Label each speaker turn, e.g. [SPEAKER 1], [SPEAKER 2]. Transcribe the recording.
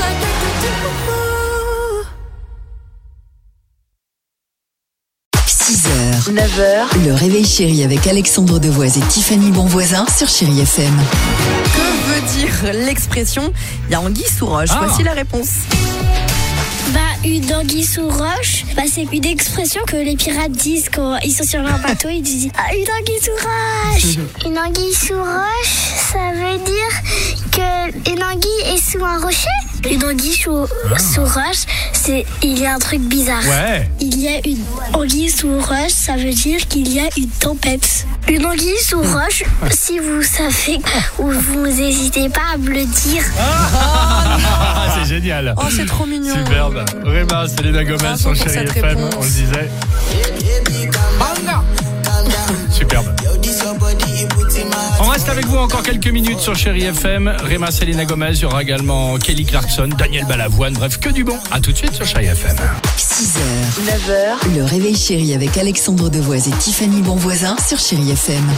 [SPEAKER 1] like you do.
[SPEAKER 2] 6h, 9h, le réveil chéri avec Alexandre Devoise et Tiffany Bonvoisin sur Chérie FM.
[SPEAKER 3] Que veut dire l'expression Il y a anguille sous roche. Voici la réponse.
[SPEAKER 4] Bah, une anguille sous roche, bah, c'est une expression que les pirates disent quand ils sont sur leur bateau, ils disent Ah, une anguille sous roche Une anguille sous roche, ça veut dire que une anguille est sous un rocher Une anguille sous, sous roche, c'est il y a un truc bizarre.
[SPEAKER 5] Ouais.
[SPEAKER 4] Il y a une anguille sous roche, ça veut dire qu'il y a une tempête. Une anguille sous roche, si vous savez ou vous n'hésitez pas à me le dire.
[SPEAKER 5] Ah, c'est génial.
[SPEAKER 3] Oh, c'est trop mignon.
[SPEAKER 5] Superbe. Rema, Selena Gomez
[SPEAKER 3] Bravo
[SPEAKER 5] sur
[SPEAKER 3] pour
[SPEAKER 5] Chéri
[SPEAKER 3] cette
[SPEAKER 5] FM,
[SPEAKER 3] réponse.
[SPEAKER 5] on le disait. Superbe. On reste avec vous encore quelques minutes sur Chéri FM. Rema, Selena Gomez, il y aura également Kelly Clarkson, Daniel Balavoine, bref, que du bon. À tout de suite sur Chéri FM.
[SPEAKER 2] 6h, 9h, le réveil chéri avec Alexandre Devoise et Tiffany Bonvoisin sur Chérie FM.